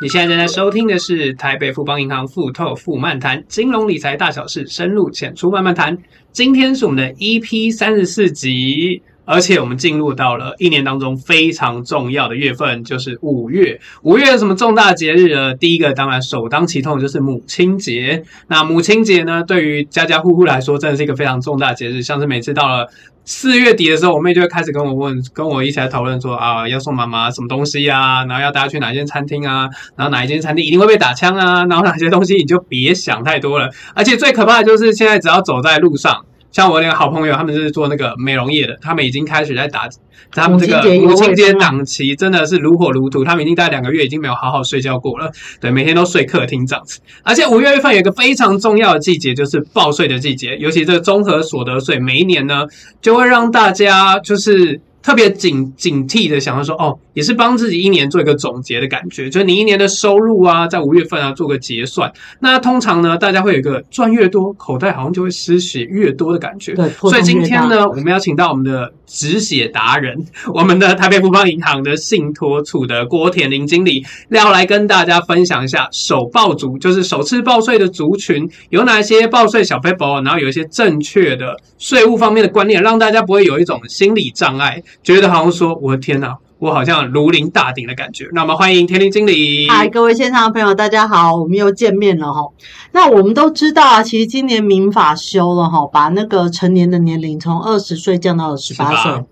你现在正在收听的是台北富邦银行富透富漫谈金融理财大小事，深入浅出慢慢谈。今天是我们的 EP 三十四集，而且我们进入到了一年当中非常重要的月份，就是五月。五月有什么重大节日呢？第一个当然首当其冲就是母亲节。那母亲节呢，对于家家户户来说，真的是一个非常重大的节日。像是每次到了四月底的时候，我妹就会开始跟我问，跟我一起来讨论说啊，要送妈妈什么东西啊，然后要大家去哪间餐厅啊，然后哪一间餐厅一定会被打枪啊，然后哪些东西你就别想太多了。而且最可怕的就是现在只要走在路上，像我那个好朋友，他们是做那个美容业的，他们已经开始在打他们这个母亲节优母惠亲节是吗档期，真的是如火如荼。他们已经大概两个月已经没有好好睡觉过了，对，每天都睡客厅这样子。而且五月份有一个非常重要的季节，就是报税的季节，尤其这个综合所得税，每一年呢就会让大家就是特别警警惕的想要说，哦，也是帮自己一年做一个总结的感觉，就是你一年的收入啊，在五月份啊做个结算。那通常呢，大家会有一个赚越多，口袋好像就会失血越多的感觉。对，破所以洞今越天大，呢，我们要请到我们的止血达人， 我们的台北富邦银行的信托处的郭田林经理，要来跟大家分享一下首报族，就是首次报税的族群有哪些报税小 paper，然后有一些正确的税务方面的观念，让大家不会有一种心理障碍，觉得好像说我的天哪、我好像如临大敌的感觉。那我们欢迎田林经理。嗨，各位线上的朋友，大家好，我们又见面了哈。那我们都知道啊，其实今年民法修了哈，把那个成年的年龄从二十岁降到了十八18岁。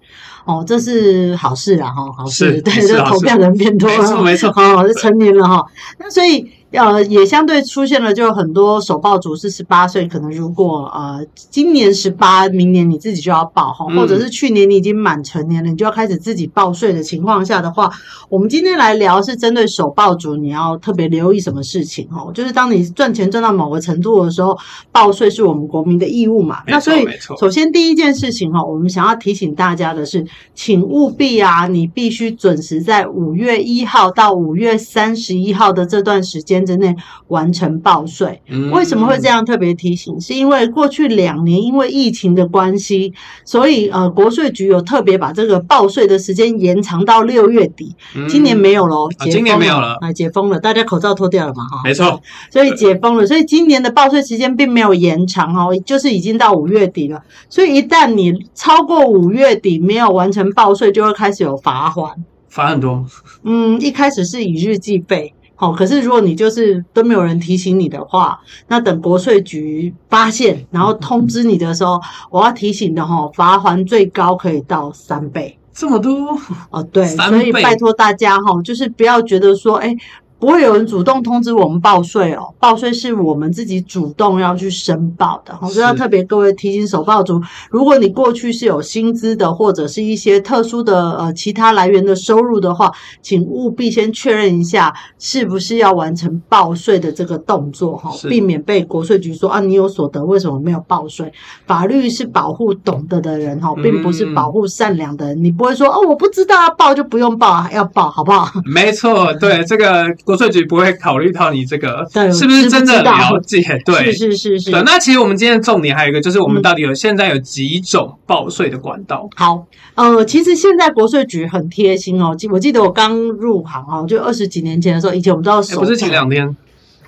哦，这是好事啊，哈，好是事，对，是这好投事票人变多没了，错没错哦，这成年了哈。那所以呃，也相对出现了，就很多首报族是十八岁，可能如果呃今年十八，明年你自己就要报哈，嗯或者是去年你已经满成年了，你就要开始自己报税的情况下的话，我们今天来聊是针对首报族，你要特别留意什么事情哦？就是当你赚钱赚到某个程度的时候，报税是我们国民的义务嘛。没错那所以没错，首先第一件事情哈、哦，我们想要提醒大家的是，请务必啊，你必须准时在五月一号到五月三十一号的这段时间之内完成报税。嗯为什么会这？样特别提醒？是因为过去两年因为疫情的关系，所以呃，国税局有特别把这个报税的时间延长到六月底。嗯今年没有喽，啊解今年封没有了啊，解封了，大家口罩脱掉了嘛，哈，没错，所以解封了，所以今年的报税时间并没有延长哦，就是已经到五月底了。所以一旦你超过五月底没有完成报税，就会开始有罚款。罚很多，嗯，一开始是以日计费，好、可是如果你就是都没有人提醒你的话，那等国税局发现，然后通知你的时候，我要提醒的哈、罚款最高可以到三倍这么多，哦。对，三所以倍拜托大家哈、就是不要觉得说，哎，不会有人主动通知我们报税哦，报税是我们自己主动要去申报的。我是所以要特别各位提醒首报族，如果你过去是有薪资的，或者是一些特殊的呃其他来源的收入的话，请务必先确认一下是不是要完成报税的这个动作哈是，避免被国税局说啊你有所得为什么没有报税？法律是保护懂得的人哈，并不是嗯保护善良的人。你不会说哦我不知道啊报就不用报啊，要报好不好？没错，对这个国税局不会考虑到你这个对是不是知不真的知道了解，对。是是是对，是。那其实我们今天的重点还有一个，就是我们嗯到底有、现在有几种报税的管道？好，呃，其实现在国税局很贴心哦。记我记得我刚入行哦，就二十几年前的时候，以前我们都要哎手不是账前两天，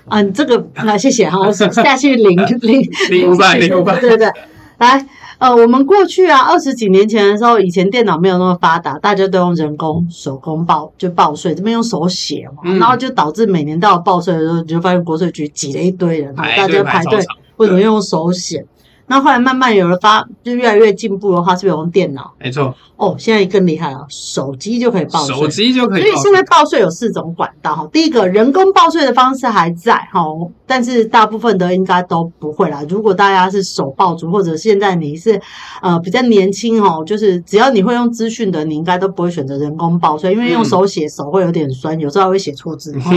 嗯，这个啊，谢 谢哈，下去领领领五百领五百对对对，来，呃，我们过去啊，二十几年前的时候，以前电脑没有那么发达，大家都用人工手工报就报税，这边用手写嘛，嗯然后就导致每年到报税的时候，你就发现国税局挤了一堆人，然后排大队家哎排排超队，长，为什么用手写？那后来慢慢有了发，就越来越进步的话，是不是有用电脑？没错，哦，现在更厉害了，手机就可以报税，手机就可以所以报税。现在报税有四种管道哈，第一个人工报税的方式还在哈，但是大部分的应该都不会啦。如果大家是手报族，或者现在你是呃比较年轻哦，就是只要你会用资讯的，你应该都不会选择人工报税，因为用嗯手写手会有点酸，有时候还会写错 字。哈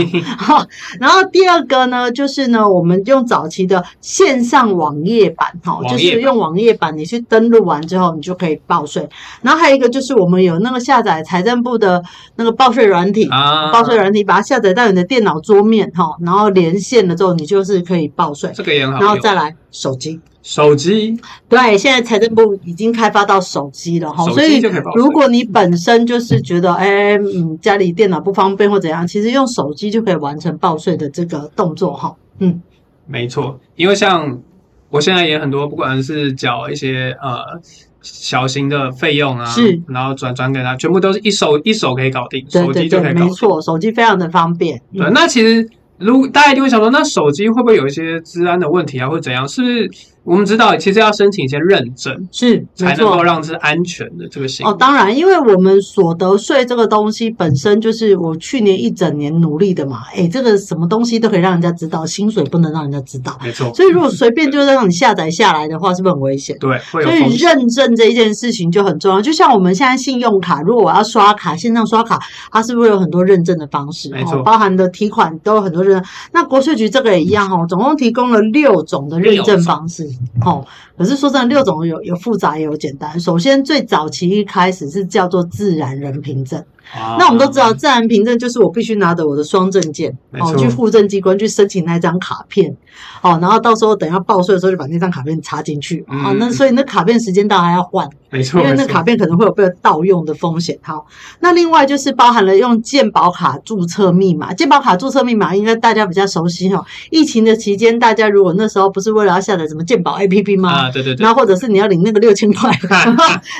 好然后第二个呢，就是呢，我们用早期的线上网页版哈，哈，网就页是版用网页版，你去登录完之后，你就可以报税。然后还有一个就是我们有那个下载财政部的那个报税软体，啊，报税软体把它下载到你的电脑桌面哈，然后连线了之后，你就是可以报税。这个也很好然后用。再来手机，手机对，现在财政部已经开发到手机了哈，手所机以就可以报税如果你本身就是觉得，哎，嗯，家里电脑不方便或怎样，其实用手机就可以完成报税的这个动作哈。嗯，没错，因为像我现在也很多，不管是缴一些呃小型的费用啊，是，然后转转给他，全部都是一手一手可以搞定，对手对机就可对，以搞定。没错，手机非常的方便。嗯对，那其实如果大家一定会想说，那手机会不会有一些治安的问题啊，或者怎样？是不是我们知道，其实要申请一些认证，是没才能够错。让是安全的这个行为。哦，当然，因为我们所得税这个东西本身就是我去年一整年努力的嘛，哎，这个什么东西都可以让人家知道，薪水不能让人家知道，没错，所以如果随便就让你下载下来的话，是不是很危险？对，会有所风以险。认证这一件事情就很重要，就像我们现在信用卡，如果我要刷卡，线上刷卡，它是不是有很多认证的方式？没错哦包含的提款都有很多认证。那国税局这个也一样嗯哦，总共提供了六种的认证方式哦。可是说真的，六种有有复杂也有简单。首先最早期一开始是叫做自然人凭证，啊那我们都知道，自然凭证就是我必须拿着我的双证件没哦错去户政机关去申请那张卡片哦，然后到时候等要报税的时候就把那张卡片插进去嗯啊、哦那嗯所以那卡片时间到还要换，没错，因为没那错卡片可能会有被盗用的风险。好，那另外就是包含了用健保卡注册密码，健保卡注册密码应该大家比较熟悉哦。疫情的期间，大家如果那时候不是为了要下载什么健保 APP 吗？啊，对对对然，后或者是你要领那个六千 块，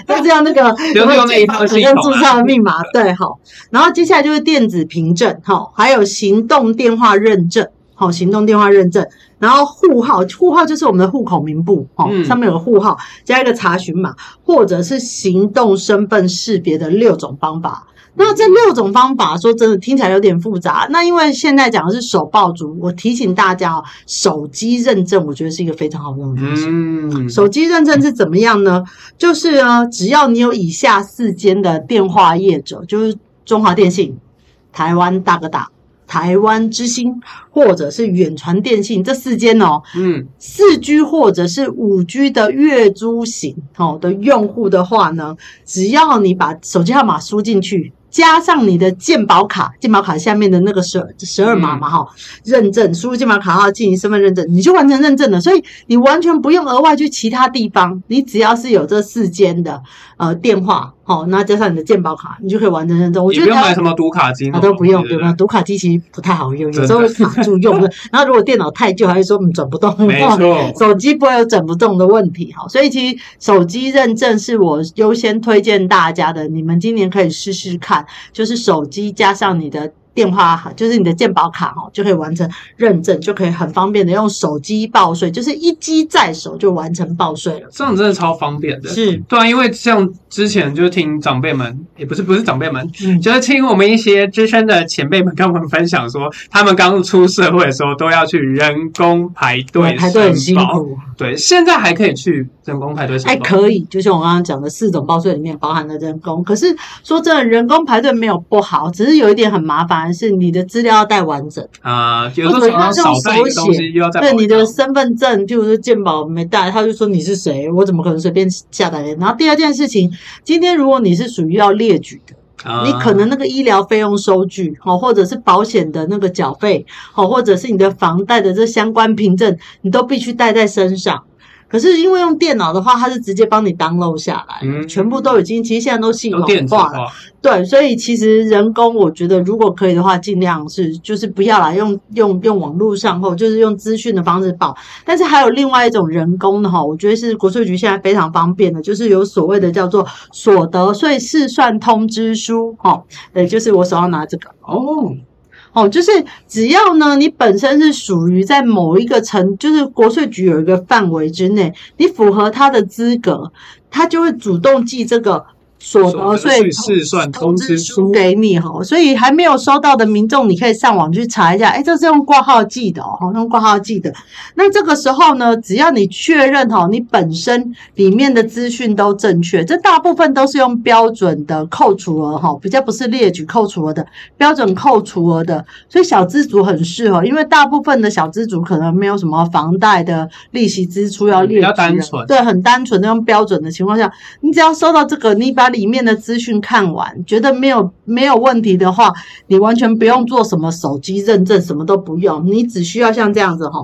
那这样那个不用用那一套系统啊跟注册的密码对好。然后接下来就是电子凭证哈，还有行动电话认证。好，行动电话认证，然后户号，户号就是我们的户口名簿，哦，嗯上面有个户号，加一个查询码，或者是行动身份识别的六种方法。那这六种方法，说真的听起来有点复杂。那因为现在讲的是手爆竹，我提醒大家哦，手机认证我觉得是一个非常好用的东西。嗯，手机认证是怎么样呢？就是呢，只要你有以下四间的电话业者，就是中华电信、台湾大哥大、台湾之星，或者是远传电信这四间哦，嗯，四 G 或者是五 G 的月租型哦的用户的话呢，只要你把手机号码输进去，加上你的健保卡，健保卡下面的那个十十二码嘛哈、嗯认证，输入健保卡号进行身份认证，你就完成认证了。所以你完全不用额外去其他地方，你只要是有这四间的呃电话哦，那加上你的健保卡，你就可以完成认证。我也觉不得用台买湾什么读卡机那啊，种东都西，不用，对对吧？吧？读卡机其实不太好用，有真时候的会卡住用 的。然后如果电脑太旧，还是说嗯转不动，没错，手机不会有整不动的问题哈，所以其实手机认证是我优先推荐大家的，你们今年可以试试看，就是手机加上你的电话，就是你的健保卡哈，就可以完成认证，就可以很方便的用手机报税，就是一机在手就完成报税了。这样真的超方便的。是，对啊，因为像之前就听长辈们，也不是不是长辈们， 嗯，就是听我们一些资深的前辈们跟我们分享说，他们刚出社会的时候都要去人工排队排队很申辛报。苦，对，现在还可以去人工排队申哎，报。可以，就像我刚刚讲的，四种报税里面包含了人工。可是说真的，人工排队没有不好，只是有一点很麻烦的是，你的资料要带完整。啊、有时哦候常常少带一个东西，又要再对跑一你的趟身份证，譬如说健保没带，他就说你是谁，我怎么可能随便下载？然后第二件事情，今天如果你是属于要列举的，啊你可能那个医疗费用收据，哦，或者是保险的那个缴费，哦，或者是你的房贷的这相关凭证，你都必须带在身上。可是因为用电脑的话，它是直接帮你 download 下来了，嗯全部都已经，其实现在都系统都电子化了。化，对，所以其实人工，我觉得如果可以的话，尽量是就是不要啦，用用用网络上或就是用资讯的方式报。但是还有另外一种人工的哈，我觉得是国税局现在非常方便的，就是有所谓的叫做所得税试算通知书哈，呃，就是我手上拿这个。哦，哦，就是只要呢，你本身是属于在某一个城，就是国税局有一个范围之内，你符合他的资格，他就会主动寄这个所所得得税税试算通知书给你哈，所以还没有收到的民众，你可以上网去查一下，哎，这是用挂号寄的哦，用挂号寄的。那这个时候呢，只要你确认哈，你本身里面的资讯都正确，这大部分都是用标准的扣除额哈，比较不是列举扣除额的标准扣除额的，所以小资族很适合，因为大部分的小资族可能没有什么房贷的利息支出要嗯列举比啊，较单纯对，很单纯的用标准的情况下，你只要收到这个，你把里面的资讯看完，觉得没有没有问题的话，你完全不用做什么手机认证，什么都不用，你只需要像这样子哈，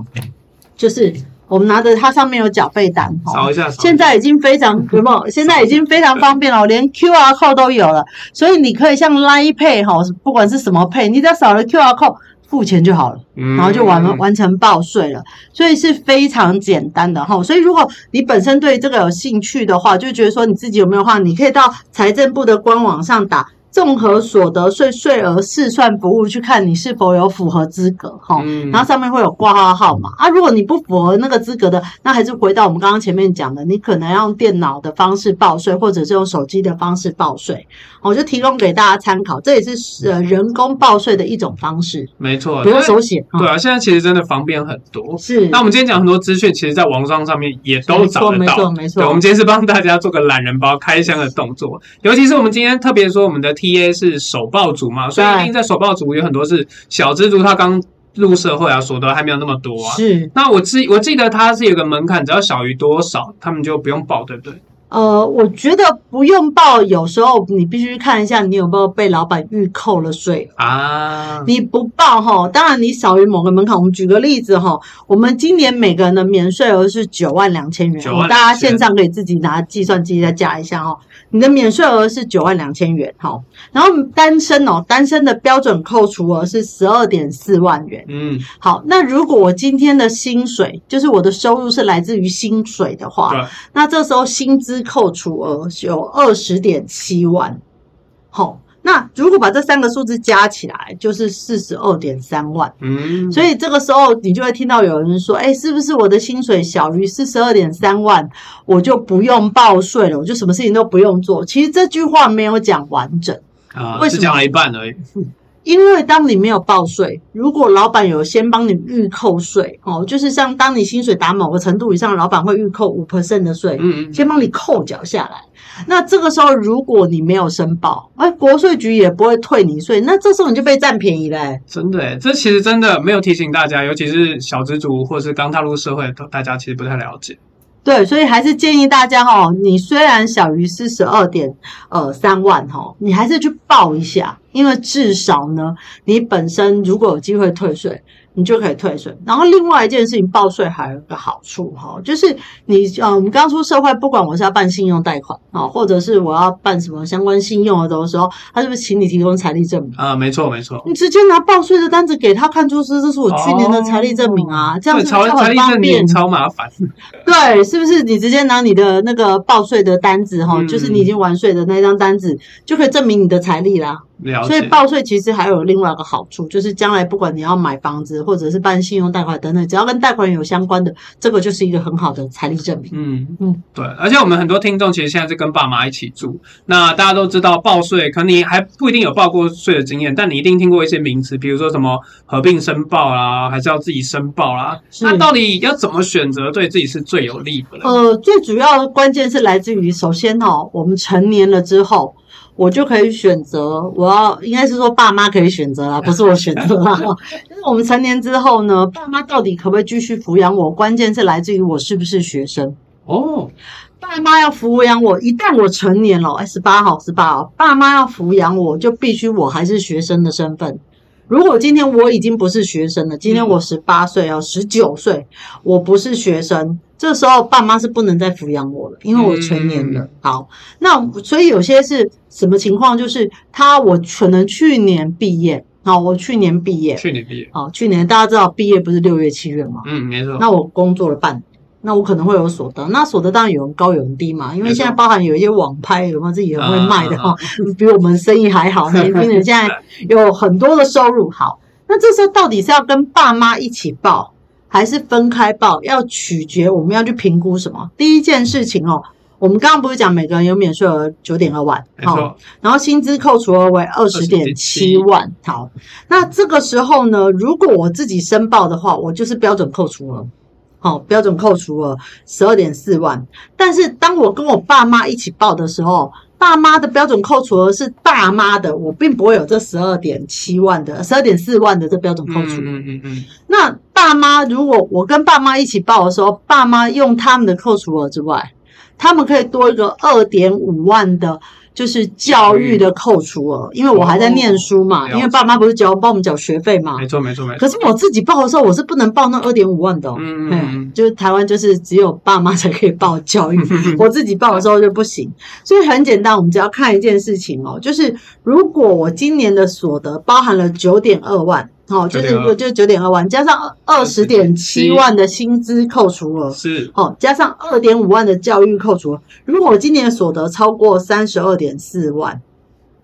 就是我们拿着它上面有缴费单哈扫。一下，扫一下现在已经非常有没有？现在已经非常方便了，连 QR code 都有了，所以你可以像 Line Pay 哈，不管是什么 Pay，你只要扫了 QR code 付钱就好了。然然后就完了，完成报税了，所以是非常简单的哈。所以如果你本身对这个有兴趣的话，就觉得说你自己有没有话，你可以到财政部的官网上打综合所得税税额试算服务去看你是否有符合资格哈。嗯然后上面会有挂号号码啊，如果你不符合那个资格的，那还是回到我们刚刚前面讲的，你可能要用电脑的方式报税，或者是用手机的方式报税。哦我就提供给大家参考，这也是呃人工报税的一种方式，没错，不用但手写哈。对啊，现在其实真的方便很多。是，那我们今天讲很多资讯，其实在网上上面也都找得没到。对，我错，没错，们没错。今天是帮大家做个懒人包开箱的动作，尤其是我们今天特别说我们的 TA 是首报族嘛，所以对一定在首报族有很多是小资族，他刚入社会啊，所得还没有那么多啊。是，那我记我记得它是有个门槛，只要小于多少，他们就不用报，对不对？呃，我觉得不用报，有时候你必须看一下你有没有被老板预扣了税。啊，你不报哈，当然你少于某个门槛。我们举个例子哈，我们今年每个人的免税额是九万两千元， 9万大家线上可以自己拿计算机再加一下哈。你的免税额是九万两千元哈，然后单身哦，单身的标准扣除额是十二点四万元。嗯，好，那如果我今天的薪水，就是我的收入是来自于薪水的话对，那这时候薪资扣除额有二十点七万。好、那如果把这三个数字加起来，就是四十二点三万。嗯，所以这个时候，你就会听到有人说：“哎，是不是我的薪水小于四十二点三万，我就不用报税了，我就什么事情都不用做？”其实这句话没有讲完整。啊，为什只么讲了一半而已。因为当你没有报税，如果老板有先帮你预扣税，哦，就是像当你薪水达某个程度以上，老板会预扣五 percent 的税，嗯嗯，先帮你扣缴下来。那这个时候，如果你没有申报，哎，国税局也不会退你税，那这时候你就被占便宜欸嘞、真的耶，这其实真的没有提醒大家，尤其是小资族或是刚踏入社会的，大家其实不太了解。对，所以还是建议大家哈、哦，你虽然小于四十二点呃三万哈、哦，你还是去报一下，因为至少呢，你本身如果有机会退税，你就可以退税。然后另外一件事情，报税还有一个好处哈、哦，就是你呃，我们刚出社会，不管我是要办信用贷款啊、哦，或者是我要办什么相关信用的时候，他是不是请你提供财力证明？啊、没错没错，你直接拿报税的单子给他看，出是这是我去年的财力证明啊，这样哦对，是不财是财很力方证便明？超麻烦。对，是不是你直接拿你的那个报税的单子哈，嗯就是你已经完税的那张单子，就可以证明你的财力啦。了所以解，报税其实还有另外一个好处，就是将来不管你要买房子或者是办信用贷款等等，只要跟贷款有相关的，这个就是一个很好的财力证明。嗯嗯嗯，对，而且我们很多听众其实现在是跟爸妈一起住，那大家都知道报税，可能你还不一定有报过税的经验，但你一定听过一些名词，比如说什么合并申报啦，还是要自己申报啦。是那到底要怎么选择对自己是最有利的呢？呃，最主要的关键是来自于，首先哦，我们成年了之后，我就可以选择，我要应该是说爸妈可以选择啦，不是我选择啦。就是我们成年之后呢，爸妈到底可不可以继续抚养我，关键是来自于我是不是学生。哦，爸妈要抚养我，一旦我成年了，哎，十八号，十八号，爸妈要抚养我，就必须我还是学生的身份。如果今天我已经不是学生了，今天嗯我十八岁哦，十九岁，我不是学生，这时候爸妈是不能再抚养我了，因为我成年了。嗯好，那所以有些是什么情况？就是他我可能去年毕业，好，我去年毕业，去年毕业，好，去年大家知道毕业不是六月七月吗？嗯，没错，那我工作了半年，那我可能会有所得。那所得当然有人高有人低嘛，因没为错现在包含有一些网拍，有没有自己很会卖的啊啊哈， 比我们生意 还好，年轻人现在有很多的收入。好，那这时候到底是要跟爸妈一起报，还是分开报？要取决我们要去评估什么？第一件事情哦。我们刚刚不是讲每个人有免税额九点二万，没错，然后薪资扣除额为二十点七万。好，那这个时候呢，如果我自己申报的话，我就是标准扣除额。好、标准扣除额十二点四万。但是当我跟我爸妈一起报的时候，爸妈的标准扣除额是爸妈的，我并不会有这十二点七万的、十二点四万的这标准扣除。嗯嗯嗯那爸妈如果我跟爸妈一起报的时候，爸妈用他们的扣除额之外，他们可以多一个二点五万的，就是教育的扣除额，因为我还在念书嘛，哦因为爸妈不是缴帮我们缴学费嘛嗯，。没错没错没错，可是我自己报的时候，我是不能报那二点五万的、哦。嗯嗯嗯嗯，就是台湾就是只有爸妈才可以报 教育，我自己报的时候就不行。所以很简单，我们只要看一件事情哦，就是如果我今年的所得包含了九点二万，哦，就是9.2就九点二万，加上二十点七万的薪资扣除额。是哦，加上二点五万的教育扣除，额，如果我今年的所得超过三十二点四万，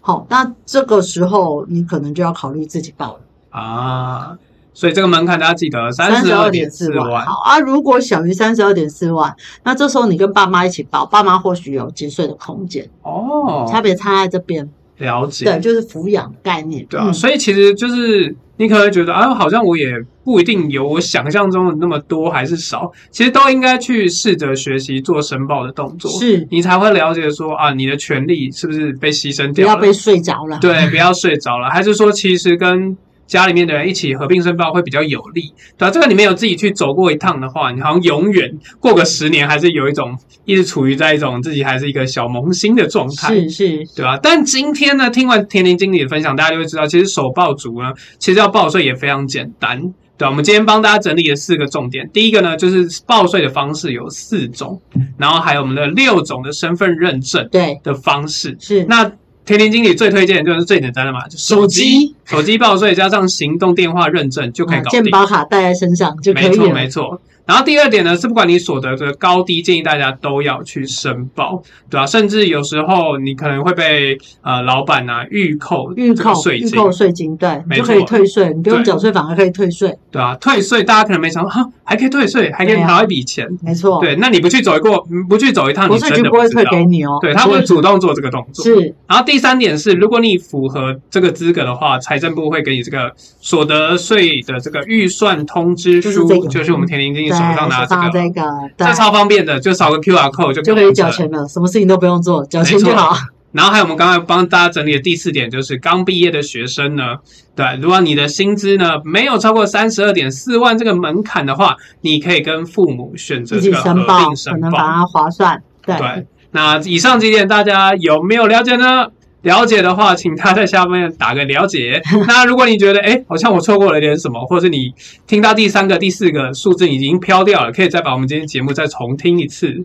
好、那这个时候你可能就要考虑自己报了。啊，所以这个门槛大家记得三十十二二点点四四万。万，好啊，如果小于三十二点四万，那这时候你跟爸妈一起报，爸妈或许有节税的空间，差哦，别差在这边。了解，对，就是抚养概念。对啊，嗯所以其实就是你可能会觉得啊，好像我也不一定有我想象中的那么多还是少，其实都应该去试着学习做申报的动作，是你才会了解说啊，你的权利是不是被牺牲不掉要了？被睡着了。对，不要睡着了，还是说其实跟家里面的人一起合并申报会比较有利？对啊，这个你没有自己去走过一趟的话，你好像永远过个十年还是有一种一直处于在一种自己还是一个小萌新的状态。是是，对吧？但今天呢，听完田林经理的分享，大家就会知道，其实首报族呢，其实要报税也非常简单，对吧？我们今天帮大家整理了四个重点，第一个呢，就是报税的方式有四种，然后还有我们的六种的身份认证对的方式。是。那田林经理最推荐的就是最简单的嘛，就手机，手机报税加上行动电话认证就可以啊搞健定。保卡带在身上就可没以错，了。没错。然后第二点呢，是不管你所得的高低，建议大家都要去申报，对吧、甚至有时候你可能会被呃老板啊预扣预这个扣税预金，扣税金，对，你没就错可以退税，你不用对缴税反而可以退税，对吧、退税大家可能没想到，哈，还可以退税，还可以对啊哦拿到一笔钱。没错。，对，那你不去走一过，嗯不去走一趟，国你税真局的不会知退道。给你哦。对，他会主动做这个动作。是然后第三点是，如果你符合这个资格的话，财政部会给你这个所得税的这个预算通知就是书，这个我们田林经理对，手上拿手上这个这个，对这，超方便的，就扫个 QR code 就就可以完缴成。钱了，什么事情都不用做，缴钱没就错好。然后还有我们刚才帮大家整理的第四点，就是刚毕业的学生呢，对，如果你的薪资呢没有超过三十二点四万这个门槛的话，你可以跟父母选择自这己个合申报并可申能反报。而划算。对，对，那以上几点大家有没有了解呢？了解的话，请他在下面打个了 解。那如果你觉得，哎，好像我错过了点什么，或者你听到第三个、第四个数字已经飘掉了，可以再把我们今天节目再重听一次，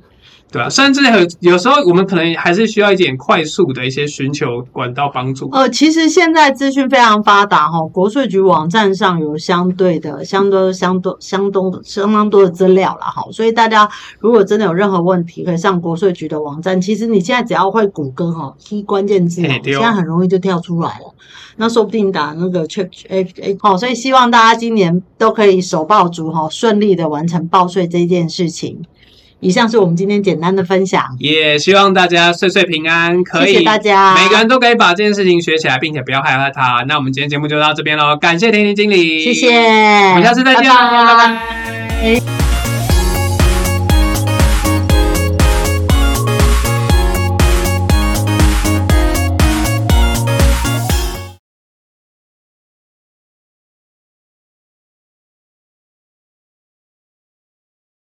对吧、甚至有有时候我们可能还是需要一点快速的一些寻求管道帮助。呃，其实现在资讯非常发达哈、国税局网站上有相对的、相多、相多、相东的、相当多的资料了哈、所以大家如果真的有任何问题，可以上国税局的网站。其实你现在只要会谷歌哈、一关键字、哦嘿，对现哦在很容易就跳出来了。那说不定打那个 Chat A A 哦，所以希望大家今年都可以手报足哈、顺利的完成报税这件事情。以上是我们今天简单的分享，也希望大家岁岁平安，可以谢谢大家，每个人都可以把这件事情学起来，并且不要害怕它。那我们今天节目就到这边喽，感谢甜甜经理，谢谢，我我们下次再见喽，哦拜拜拜